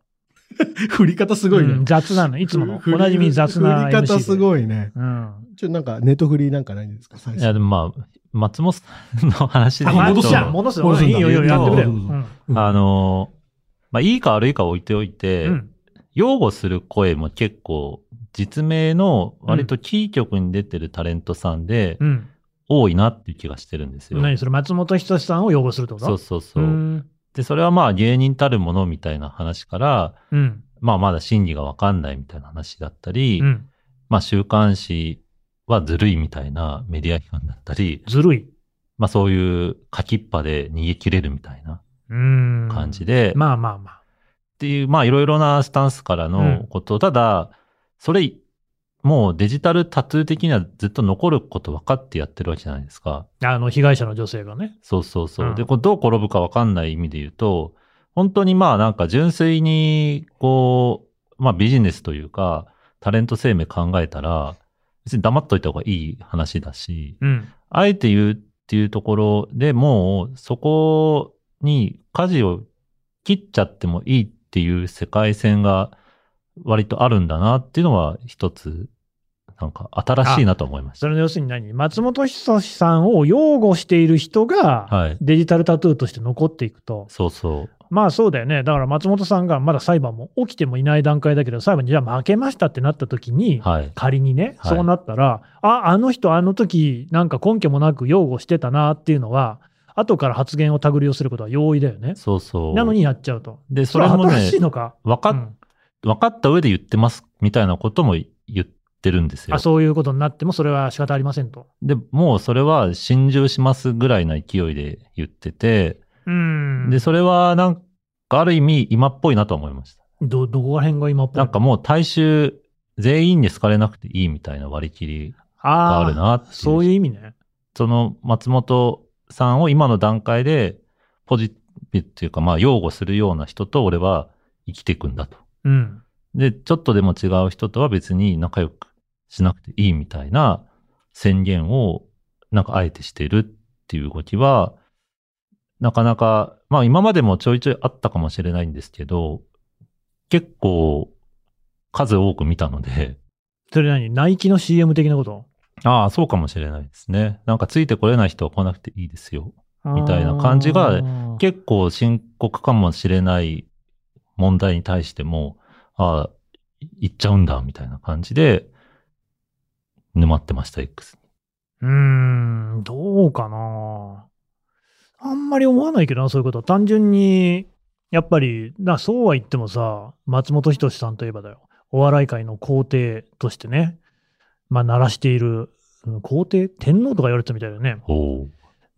Speaker 3: 振り方すごいね。
Speaker 2: うん雑なの、いつもの。
Speaker 3: ふ
Speaker 2: おなじみ雑な MC
Speaker 3: 振り方す
Speaker 2: い。
Speaker 3: ごいね。
Speaker 2: うん。
Speaker 3: ちょ、なんか、ネットフリーなんかないんですか、最
Speaker 4: いや、
Speaker 3: 初。
Speaker 4: でもまあ、松本さんの話で
Speaker 2: あ
Speaker 4: 言うと
Speaker 2: 戻すじゃん、戻す。
Speaker 3: 戻すん
Speaker 2: いい
Speaker 3: だ
Speaker 2: よ、いいよ、やってくれよ。
Speaker 3: う
Speaker 2: うんん。
Speaker 4: あの、まあ、いいか悪いか置いておいて、
Speaker 2: うん
Speaker 4: 擁護する声も結構、実名の割とキー局に出てるタレントさんで、
Speaker 2: うん。
Speaker 4: 多いなっていう気がしてるんですよ。
Speaker 2: 何それ、松本人志さんを擁護するってこと
Speaker 4: そうそうそうう。
Speaker 2: ん。
Speaker 4: で、それはまあ芸人たるものみたいな話から、
Speaker 2: うん。
Speaker 4: まあまだ真偽がわかんないみたいな話だったり、
Speaker 2: うん。
Speaker 4: まあ週刊誌はずるいみたいなメディア批判だったり、
Speaker 2: ずるい。
Speaker 4: まあそういう書きっぱで逃げ切れるみたいな
Speaker 2: うん。
Speaker 4: 感じ。で、
Speaker 2: まあまあまあ。
Speaker 4: っていう、まあいろいろなスタンスからのこと、ただ、それ、もうデジタルタトゥー的にはずっと残ること分かってやってるわけじゃないですか。
Speaker 2: あの、被害者の女性がね。
Speaker 4: そうそうそう。
Speaker 2: うん
Speaker 4: で、これどう転ぶか分かんない意味で言うと、本当にまあなんか純粋に、こう、まあビジネスというか、タレント生命考えたら、別に黙っといた方がいい話だし、
Speaker 2: うん。
Speaker 4: あえて言うっていうところでもう、そこに舵を切っちゃってもいいっていう世界線が割とあるんだなっていうのは一つ、なんか新しいなと思いまし
Speaker 2: そ
Speaker 4: た。
Speaker 2: れの要するに何松本人志さんを擁護している人が、
Speaker 4: はい。
Speaker 2: デジタルタトゥーとして残っていくと。
Speaker 4: そうそう。
Speaker 2: まあそうだよね。だから松本さんがまだ裁判も起きてもいない段階だけど、裁判にじゃあ負けましたってなった時に、
Speaker 4: はい。
Speaker 2: 仮にね、
Speaker 4: はい
Speaker 2: そうなったら、あ、あの人、あの時なんか根拠もなく擁護してたなっていうのは、後から発言を手繰り寄せることは容易だよね。
Speaker 4: そうそう。
Speaker 2: なのにやっちゃうと。
Speaker 4: で、
Speaker 2: そ
Speaker 4: そ
Speaker 2: れ
Speaker 4: れ
Speaker 2: は
Speaker 4: も
Speaker 2: 新
Speaker 4: ね
Speaker 2: しい、のか。
Speaker 4: 分か
Speaker 2: う
Speaker 4: っ
Speaker 2: ん
Speaker 4: 分かった上で言ってますみたいなことも言ってるんですよ
Speaker 2: あ。そういうことになっても、それは仕方ありませんと。
Speaker 4: で、もうそれは心中しますぐらいな勢いで言ってて、
Speaker 2: うん
Speaker 4: で、それはなんかある意味今っぽいなと思いました。
Speaker 2: ど、どこら辺が今っぽい
Speaker 4: なんかもう大衆全員に好かれなくていいみたいな割り切りが
Speaker 2: あ
Speaker 4: あ
Speaker 2: ー
Speaker 4: るなっていう。
Speaker 2: そういう意味ね。
Speaker 4: その松本さんを今の段階でポジティブっていうかまあ擁護するような人と俺は生きていくんだと。
Speaker 2: うん。
Speaker 4: で、ちょっとでも違う人とは別に仲良くしなくていいみたいな宣言を、なんかあえてしてるっていう動きは、なかなか、まあ今までもちょいちょいあったかもしれないんですけど、結構数多く見たので、
Speaker 2: それ何ナイキの CM 的なこと
Speaker 4: ああ、そうかもしれないですね。なんかついてこれない人は来なくていいですよ。みたいな感じが
Speaker 2: あー
Speaker 4: 結構深刻かもしれない問題に対しても、ああ、行っちゃうんだ、みたいな感じで、沼ってました、X に。
Speaker 2: うーん、どうかな。あんまり思わないけどな、そういうことは。単純に、やっぱり、なそうは言ってもさ、松本人志さんといえばだよ。お笑い界の皇帝としてね、まあ、鳴らしている、うん皇帝天皇とか言われてたみたいだよね。
Speaker 4: おお。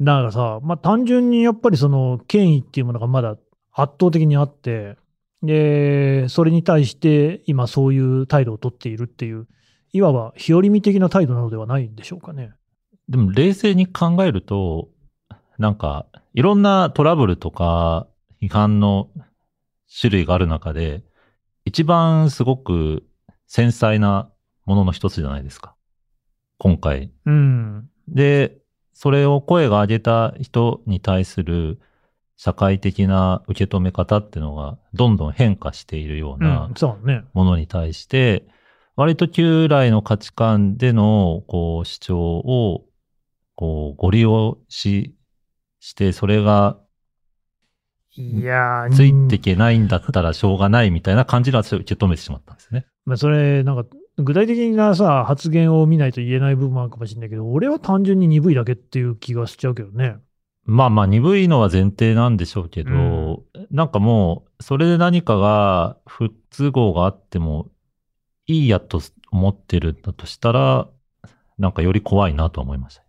Speaker 2: だからさ、まあ、単純にやっぱりその権威っていうものがまだ圧倒的にあって、で、それに対して今そういう態度を取っているっていう、いわば日和見的な態度なのではないんでしょうかね。
Speaker 4: でも冷静に考えると、なんか、いろんなトラブルとか批判の種類がある中で、一番すごく繊細なものの一つじゃないですか。今回。
Speaker 2: うん。
Speaker 4: で、それを声が上げた人に対する社会的な受け止め方っていうのがどんどん変化しているよう
Speaker 2: う、
Speaker 4: なん
Speaker 2: そうね。
Speaker 4: ものに対して、割と旧来の価値観での、こう、主張を、こう、ご利用し、して、それが
Speaker 2: いやー
Speaker 4: ついていけないんだったらしょうがないみたいな感じの私は受け止めてしまったんですね。
Speaker 2: まあ、それ、なんか、具体的なさ、発言を見ないと言えない部分もあるかもしれないけど、俺は単純に鈍いだけっていう気がしちゃうけどね。
Speaker 4: まあまあ鈍いのは前提なんでしょうけど、
Speaker 2: うん
Speaker 4: なんかもう、それで何かが不都合があってもいいやと思ってるんだとしたら、なんかより怖いなとは思いました。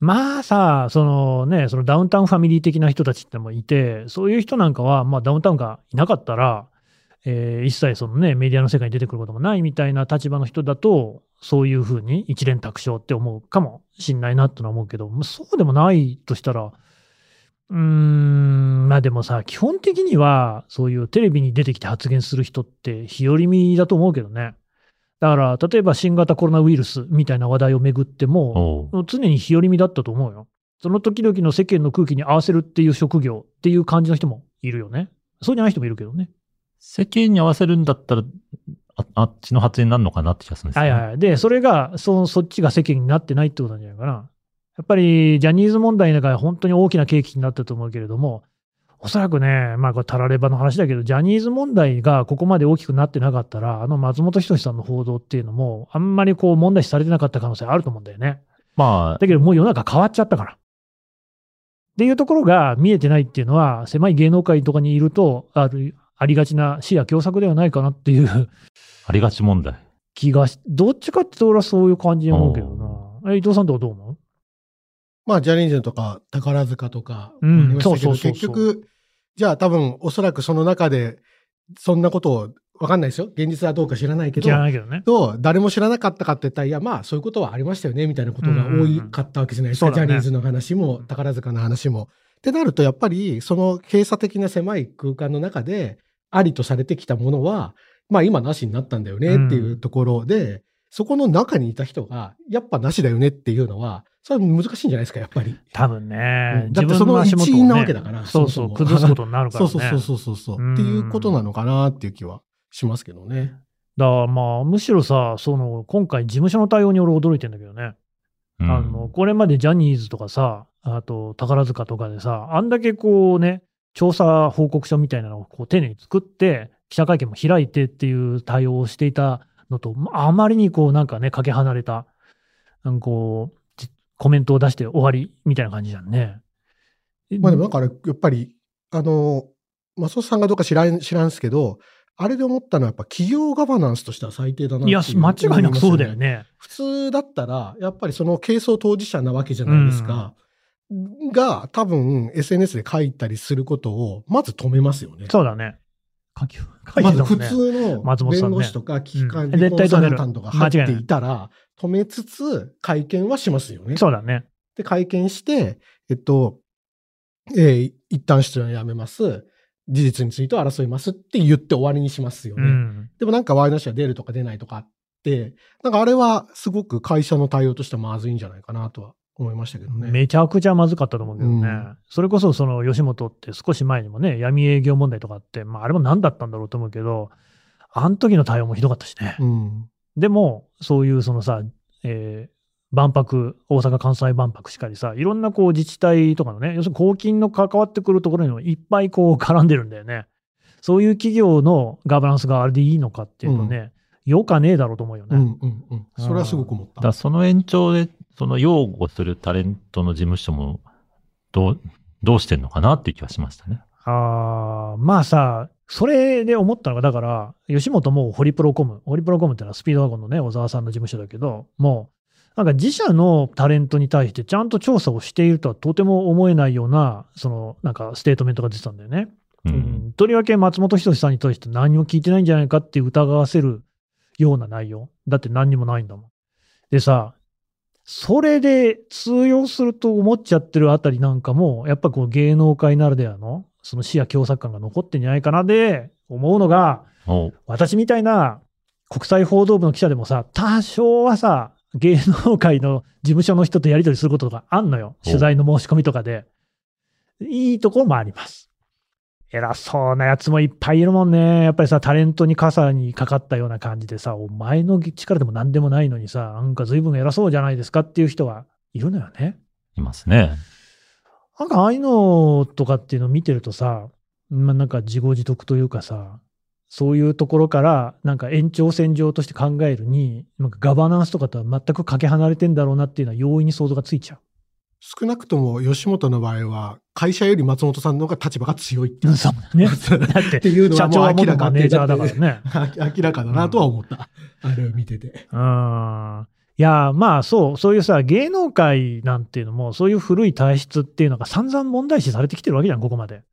Speaker 2: まあさ、そのね、そのダウンタウンファミリー的な人たちってのもいて、そういう人なんかは、まあダウンタウンがいなかったら、えー一切そのね、メディアの世界に出てくることもないみたいな立場の人だと、そういうふうに一連卓勝って思うかもしんないなってのは思うけど、まあそうでもないとしたら、うーん、まあでもさ、基本的には、そういうテレビに出てきて発言する人って、日和見だと思うけどね。だから、例えば新型コロナウイルスみたいな話題をめぐっても、
Speaker 4: おう
Speaker 2: 常に日和見だったと思うよ。その時々の世間の空気に合わせるっていう職業っていう感じの人もいるよね。そうじゃない人もいるけどね。
Speaker 4: 世間に合わせるんだったら、ああっちの発言になるのかなって気がするんです
Speaker 2: はいはい。で、それがそ、そっちが世間になってないってことなんじゃないかな。やっぱり、ジャニーズ問題の中で本当に大きな契機になったと思うけれども、おそらくね、まあ、これ、たらればの話だけど、ジャニーズ問題がここまで大きくなってなかったら、あの松本人志さんの報道っていうのも、あんまりこう、問題視されてなかった可能性あると思うんだよね。
Speaker 4: まあ、
Speaker 2: だけどもう世の中変わっちゃったから。っていうところが見えてないっていうのは、狭い芸能界とかにいると、あるありがちな視野狭窄ではないかなっていう
Speaker 4: ありがち問題。
Speaker 2: 気がし、どっちかって言うと俺はそういう感じに思うけどな。え伊藤さんとかどう思う
Speaker 3: まあ、ジャニーズとか宝塚とか、
Speaker 2: うん
Speaker 3: ありました
Speaker 2: そ
Speaker 3: けど
Speaker 2: うそうそうそう
Speaker 3: 結局、じゃあ多分、おそらくその中で、そんなことを、わかんないですよ。現実はどうか知らないけど
Speaker 2: 知、らないけどね。
Speaker 3: と誰も知らなかったかって言ったら、いや、まあ、そういうことはありましたよね、みたいなことが多いかったわけじゃないですか。
Speaker 2: うんうんうんそうだね
Speaker 3: ジャニーズの話も、宝塚の話も。ってなると、やっぱり、その閉鎖的な狭い空間の中で、ありとされてきたものは、まあ、今なしになったんだよねっていうところで、そこの中にいた人が、やっぱなしだよねっていうのは、それは難しいんじゃないですか、やっぱり。
Speaker 2: 多分ね
Speaker 3: う。んだ
Speaker 2: 自
Speaker 3: って
Speaker 2: 分の足元を、ね、
Speaker 3: その一員なわけだから
Speaker 2: そうそ、
Speaker 3: そうもそも
Speaker 2: 崩すことになるか
Speaker 3: そ
Speaker 2: ら
Speaker 3: う
Speaker 2: ね。
Speaker 3: そうそうそうそうそう
Speaker 2: うん
Speaker 3: っていうことなのかなっていう気はしますけどね。
Speaker 2: だからまあ、むしろさ、その、今回事務所の対応に俺驚いてんだけどね。
Speaker 4: うん
Speaker 2: あの、これまでジャニーズとかさ、あと宝塚とかでさ、あんだけこうね、調査報告書みたいなのをこう丁寧に作って、記者会見も開いてっていう対応をしていたのと、まああまりにこうなんかね、かけ離れた、うんこう、じコメントを出して終わりみたいな感じじゃんね。
Speaker 3: まあでもだから、やっぱり、あの、マスオさんがどうか知らん、知らんすけど、あれで思ったのはやっぱ企業ガバナンスとしては最低だなっ
Speaker 2: い
Speaker 3: てい
Speaker 2: や、
Speaker 3: う
Speaker 2: 間違いなくそうだよ。
Speaker 3: 思ます
Speaker 2: ね。
Speaker 3: 普通だったら、やっぱりその軽装当事者なわけじゃないですか。が、多分 SNS で書いたりすることを、まず止めますよね。
Speaker 2: そうだね。書き、書いて
Speaker 3: ま
Speaker 2: た
Speaker 3: ず
Speaker 2: もん
Speaker 3: 普
Speaker 2: ね。
Speaker 3: 通の弁護士とか機関
Speaker 2: うん
Speaker 3: 理コンサルタントが入って
Speaker 2: 絶対止める
Speaker 3: いたら、止めつつ会見はしますよね。
Speaker 2: そうだね。
Speaker 3: で、会見して、えっと、えー一旦出演をやめます。事実については争いますって言って終わりにしますよ
Speaker 2: う
Speaker 3: ね。
Speaker 2: ん。
Speaker 3: でもなんかワイドナショー出るとか出ないとかあって、なんかあれはすごく会社の対応としてはまずいんじゃないかなとは思いましたけどね。
Speaker 2: めちゃくちゃまずかったと思うけどね、
Speaker 3: うん
Speaker 2: それこそその吉本って少し前にもね、闇営業問題とかあって、まあ、あれも何だったんだろうと思うけど、あの時の対応もひどかったしね、
Speaker 3: うん。
Speaker 2: でも、そういうそのさ、えー万博、大阪・関西万博しかりさ、いろんなこう自治体とかのね、要するに公金の関わってくるところにもいっぱいこう絡んでるんだよね。そういう企業のガバナンスがあれでいいのかっていうとね、よかねえだろうと思うよ
Speaker 3: う
Speaker 2: ね。
Speaker 3: んうんうん。それはすごく思っ
Speaker 4: だか
Speaker 3: た。
Speaker 4: らその延長で、その擁護するタレントの事務所も、どう、どうしてんのかなっていう気はしましたね。
Speaker 2: あーまあさ、それで思ったのが、だから、吉本もホリプロコム、ホリプロコムってのはスピードワゴンのね、小沢さんの事務所だけど、もう、なんか自社のタレントに対してちゃんと調査をしているとはとても思えないような、そのなんかステートメントが出てたんだよね。
Speaker 4: う。
Speaker 2: うんんとりわけ松本人志さんに対して何も聞いてないんじゃないかって疑わせるような内容。だって何にもないんだもん。でさ、それで通用すると思っちゃってるあたりなんかも、やっぱこう芸能界ならではの、その視野共作感が残ってんじゃないかなで思うのが、
Speaker 4: お
Speaker 2: 私みたいな国際報道部の記者でもさ、多少はさ、芸能界の事務所の人とやり取りすることとかあんのよ。
Speaker 4: お
Speaker 2: 取材の申し込みとかで。いいところもあります。偉そうなやつもいっぱいいるもんね。やっぱりさ、タレントに傘にかかったような感じでさ、お前の力でも何でもないのにさ、なんか随分偉そうじゃないですかっていう人はいるのよね。
Speaker 4: いますね。
Speaker 2: なんかああいうのとかっていうのを見てるとさ、まあ、なんか自業自得というかさ、そういうところからなんか延長線上として考えるに、なんかガバナンスとかとは全くかけ離れてんだろうなっていうのは容易に想像がついちゃ。
Speaker 3: 少なくとも吉本の場合は、会社より松本さんの方が立場が強いっていうう。
Speaker 2: そうね。だっ
Speaker 3: って
Speaker 2: て、
Speaker 3: いうのは
Speaker 2: 社
Speaker 3: も
Speaker 2: 長
Speaker 3: う
Speaker 2: は
Speaker 3: 明
Speaker 2: 元
Speaker 3: らか
Speaker 2: マ
Speaker 3: で
Speaker 2: ネージャーだからね。
Speaker 3: あ明らかだなとは 思った。あれを見てて。
Speaker 2: うーんいやーまあそう、そういうさ、芸能界なんていうのも、そういう古い体質っていうのが散々問題視されてきてるわけじゃん、ここまれ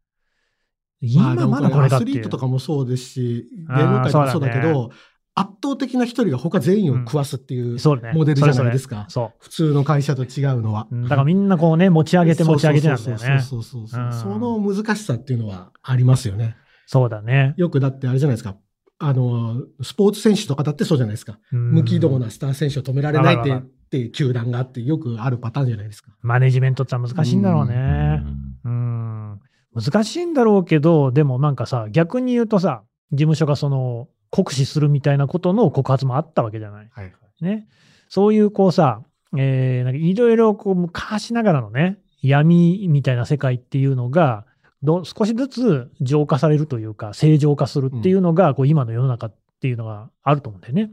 Speaker 2: 今
Speaker 3: でも
Speaker 2: まだこれ
Speaker 3: ア
Speaker 2: かって
Speaker 3: スリ
Speaker 2: い
Speaker 3: ー
Speaker 2: う
Speaker 3: トと。かもそうですし、
Speaker 2: あ
Speaker 3: 芸
Speaker 2: ー
Speaker 3: 能界もそうだけ
Speaker 2: そ
Speaker 3: ど、圧倒的な一人が他全員を食わすっていう
Speaker 2: そうね。
Speaker 3: モデルじゃないです
Speaker 2: それ
Speaker 3: か。
Speaker 2: それそう。
Speaker 3: 普通の会社と違うのは。
Speaker 2: うんだからみんなこうね、持ち上げて持ち上げてなんだよね。
Speaker 3: そうそうそうそう
Speaker 2: うん
Speaker 3: その難しさっていうのはありますよね。
Speaker 2: そうだね。
Speaker 3: よくだってあれじゃないですか。あの、スポーツ選手とかだってそうじゃないですか。無
Speaker 2: 無
Speaker 3: 軌道なスター選手を止められないっ
Speaker 2: わかる
Speaker 3: て
Speaker 2: わか
Speaker 3: って球団があってよくあるパターンじゃないですか。
Speaker 2: マネジメントってのは難しいんだろう
Speaker 4: う
Speaker 2: ね。
Speaker 4: ん
Speaker 2: うん。難しいんだろうけど、でもなんかさ、逆に言うとさ、事務所がその、酷使するみたいなことの告発もあったわけじゃない。
Speaker 3: はい。
Speaker 2: ね。そういうこうさ、えーなんかいろいろこう昔ながらのね、闇みたいな世界っていうのが、ど少しずつ浄化されるというか、正常化するっていうのが、こう今の世の中っていうのがあると思うんだよね。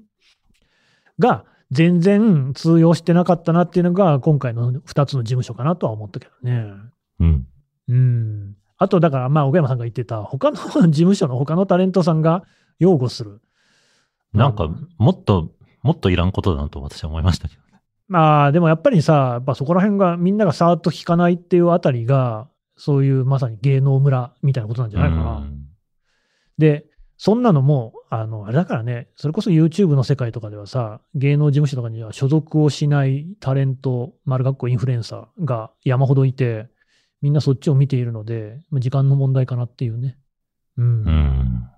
Speaker 2: が、全然通用してなかったなっていうのが、今回の2つの事務所かなとは思ったけどね。
Speaker 4: うん。
Speaker 2: うん。あと、だから、まあ、岡山さんが言ってた、他の事務所の他のタレントさんが擁護する。
Speaker 4: なんか、もっと、もっといらんことだなと私は思いましたけど。
Speaker 2: まあでもやっぱりさ、やっぱそこら辺がみんながさーっと引かないっていうあたりが、そういうまさに芸能村みたいなことなんじゃないかな。
Speaker 4: うん
Speaker 2: で、そんなのも、あの、あれだからね、それこそ YouTube の世界とかではさ、芸能事務所とかには所属をしないタレント、丸学校インフルエンサーが山ほどいて、みんなそっちを見ているので、まあ時間の問題かなっていうね。うん
Speaker 4: うん。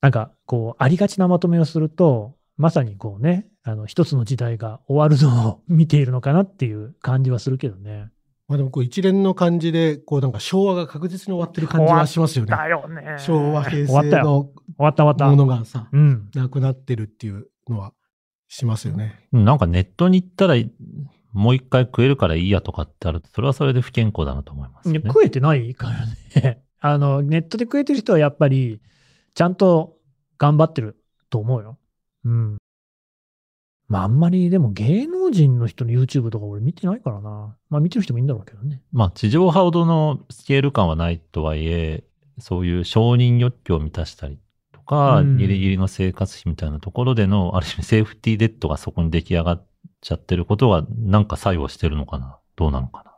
Speaker 2: なんかこうありがちなまとめをするとまさにこうねあの一つの時代が終わるのを見ているのかなっていう感じはするけどね。
Speaker 3: まあでもこう一連の感じで、こうなんか昭和が確実に終わってる感じはしますよね。
Speaker 2: よね
Speaker 3: 昭和平
Speaker 2: 終わった
Speaker 3: 成
Speaker 2: よ
Speaker 3: の
Speaker 2: 終わった終わ
Speaker 3: も
Speaker 2: った。
Speaker 3: のがさ、
Speaker 2: うん。
Speaker 3: なくなってるっていうのはしますよね。
Speaker 4: なんかネットに行ったら、もう一回食えるからいいやとかってあると、それはそれで不健康だなと思います、
Speaker 2: い
Speaker 4: ね
Speaker 2: や。食えてないからね。 あのネットで食えてる人はやっぱりちゃんと頑張ってると思うよ。うん。まああんまりでも芸能人の人の YouTube とか俺見てないからな。まあ見てる人もいいんだろうけどね。
Speaker 4: まあ、地上波ほどのスケール感はないとはいえ、そういう承認欲求を満たしたりとか、
Speaker 2: うん
Speaker 4: ギリギリの生活費みたいなところでの、ある種セーフティーネットがそこに出来上がっちゃってることが、なんか作用してるのかなどうなのかな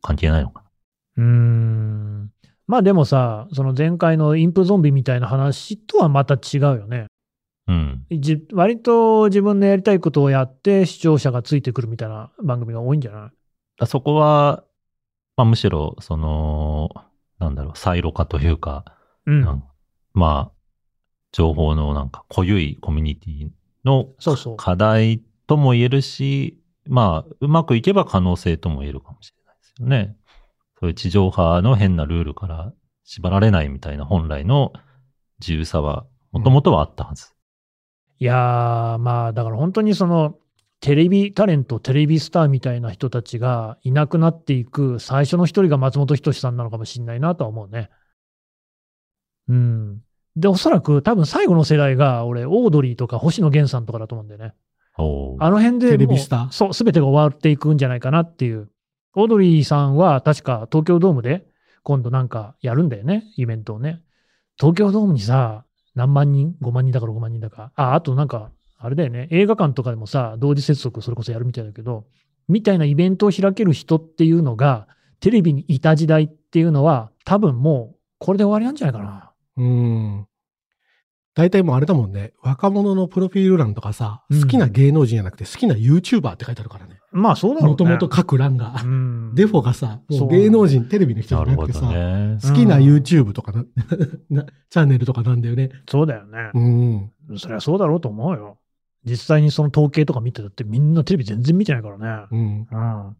Speaker 4: 関係ないのか
Speaker 2: うーん。まあでもさ、その前回のインプゾンビみたいな話とはまた違うよね。
Speaker 4: なうん。
Speaker 2: じ割と自分のやりたいことをやって視聴者がついてくるみたいな番組が多いんじゃない
Speaker 4: だそこは、まあ、むしろ、その、なんだろう、サイロ化というか、
Speaker 2: う
Speaker 4: なんん。まあ、情報のなんか濃ゆいコミュニティの
Speaker 2: そうそう
Speaker 4: 課題とも言えるし、まあ、うまくいけば可能性とも言えるかもしれないですよね。そういう地上波の変なルールから縛られないみたいな本来の自由さは、もともとはあったはず。
Speaker 2: いやー、まあだから本当にその、テレビタレント、テレビスターみたいな人たちがいなくなっていく最初の一人が松本人志さんなのかもしれないなとは思うね。うん。で、おそらく多分最後の世代が俺、オードリーとか星野源さんとかだと思うんだよね。
Speaker 4: おー
Speaker 2: あの辺でもう
Speaker 3: テレビスター
Speaker 2: そう、すべてが終わっていくんじゃないかなっていう。オードリーさんは確か東京ドームで今度なんかやるんだよね、イベントをね。東京ドームにさ、何万人 ?5 万人だから5万人だか。あ、あとなんか、あれだよね、映画館とかでもさ、同時接続それこそやるみたいだけど、みたいなイベントを開ける人っていうのが、テレビにいた時代っていうのは、多分もう、これで終わりなんじゃないかな。
Speaker 3: うん。大体もうあれだもんね。若者のプロフィール欄とかさ、
Speaker 2: うん
Speaker 3: 好きな芸能人じゃなくて好きな YouTuber って書いてあるからね。
Speaker 2: まあ、そうだろうね。
Speaker 3: もともと書く欄が。
Speaker 2: うん、
Speaker 3: デフォがさ、
Speaker 2: そ
Speaker 3: も
Speaker 2: う
Speaker 3: う芸能人、テレビの人じ
Speaker 4: な
Speaker 3: ゃ
Speaker 4: る
Speaker 3: なく
Speaker 4: ほ
Speaker 3: て
Speaker 4: ど
Speaker 3: さ、
Speaker 4: ね。
Speaker 3: 好きな
Speaker 2: うん
Speaker 3: YouTube とかな、 なチャンネルとかなんだよね。
Speaker 2: そうだよね。
Speaker 3: うん。
Speaker 2: そりゃそうだろうと思うよ。実際にその統計とか見てたってみんなテレビ全然見てないから
Speaker 3: う
Speaker 2: ね。
Speaker 3: ん。
Speaker 2: うん。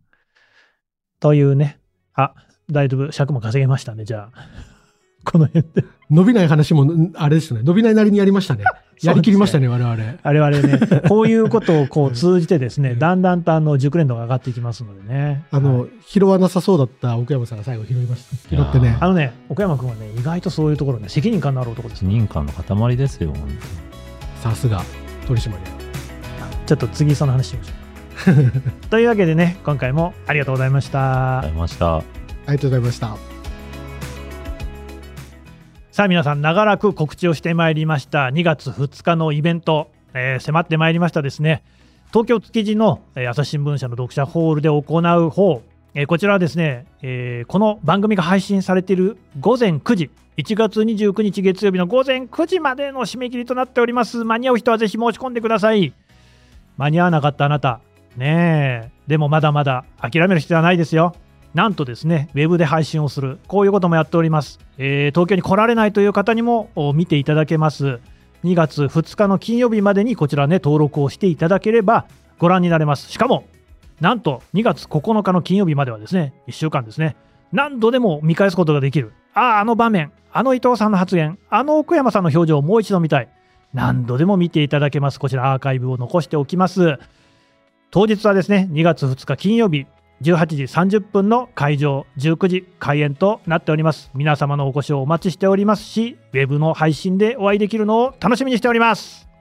Speaker 2: というね。あ、だいぶ尺も稼げましたね、じゃあ。 この辺で。
Speaker 3: 伸びない話も、んあれですね。伸びないなりにやりましたね。 やりきりましたね、我々。
Speaker 2: 我々 ね、こういうことをこう通じてですね、だんだんとあの熟練度が上がっていきますのでね。
Speaker 3: あ
Speaker 2: はい
Speaker 3: の、拾わなさそうだった奥山さんが最後拾いました。拾ってね
Speaker 2: あ。のね、岡山君はね、意外とそういうところね、責任感のある男です
Speaker 4: 一。人間の塊ですよ、本当に
Speaker 3: さすが、取締役。
Speaker 2: ちょっと次その話しましょ う。というわけでね、今回もありがとうございました
Speaker 4: あ。りました。
Speaker 3: ありがとうございました。
Speaker 2: さあ皆さん長らく告知をしてまいりました2月2日のイベント、えー迫ってまいりましたですね東京築地の、えー朝日新聞社の読者ホールで行う方、えーこちらはですね、えーこの番組が配信されている午前9時1月29日月曜日の午前9時までの締め切りとなっております間に合う人はぜひ申し込んでください間に合わなかったあなたねえでもまだまだ諦める必要はないですよなんとですね、ウェブで配信をする、こういうこともやっております。えー東京に来られないという方にもお見ていただけます。2月2日の金曜日までにこちらね、登録をしていただければご覧になれます。しかも、なんと2月9日の金曜日まではですね、1週間ですね、何度でも見返すことができる。ああ、あの場面、あの伊藤さんの発言、あの奥山さんの表情をもう一度見たい。何度でも見ていただけます。こちらアーカイブを残しておきます。当日はですね、2月2日金曜日、18時30分の会場、19時開演となっております。皆様のお越しをお待ちしておりますし、ウェブの配信でお会いできるのを楽しみにしております。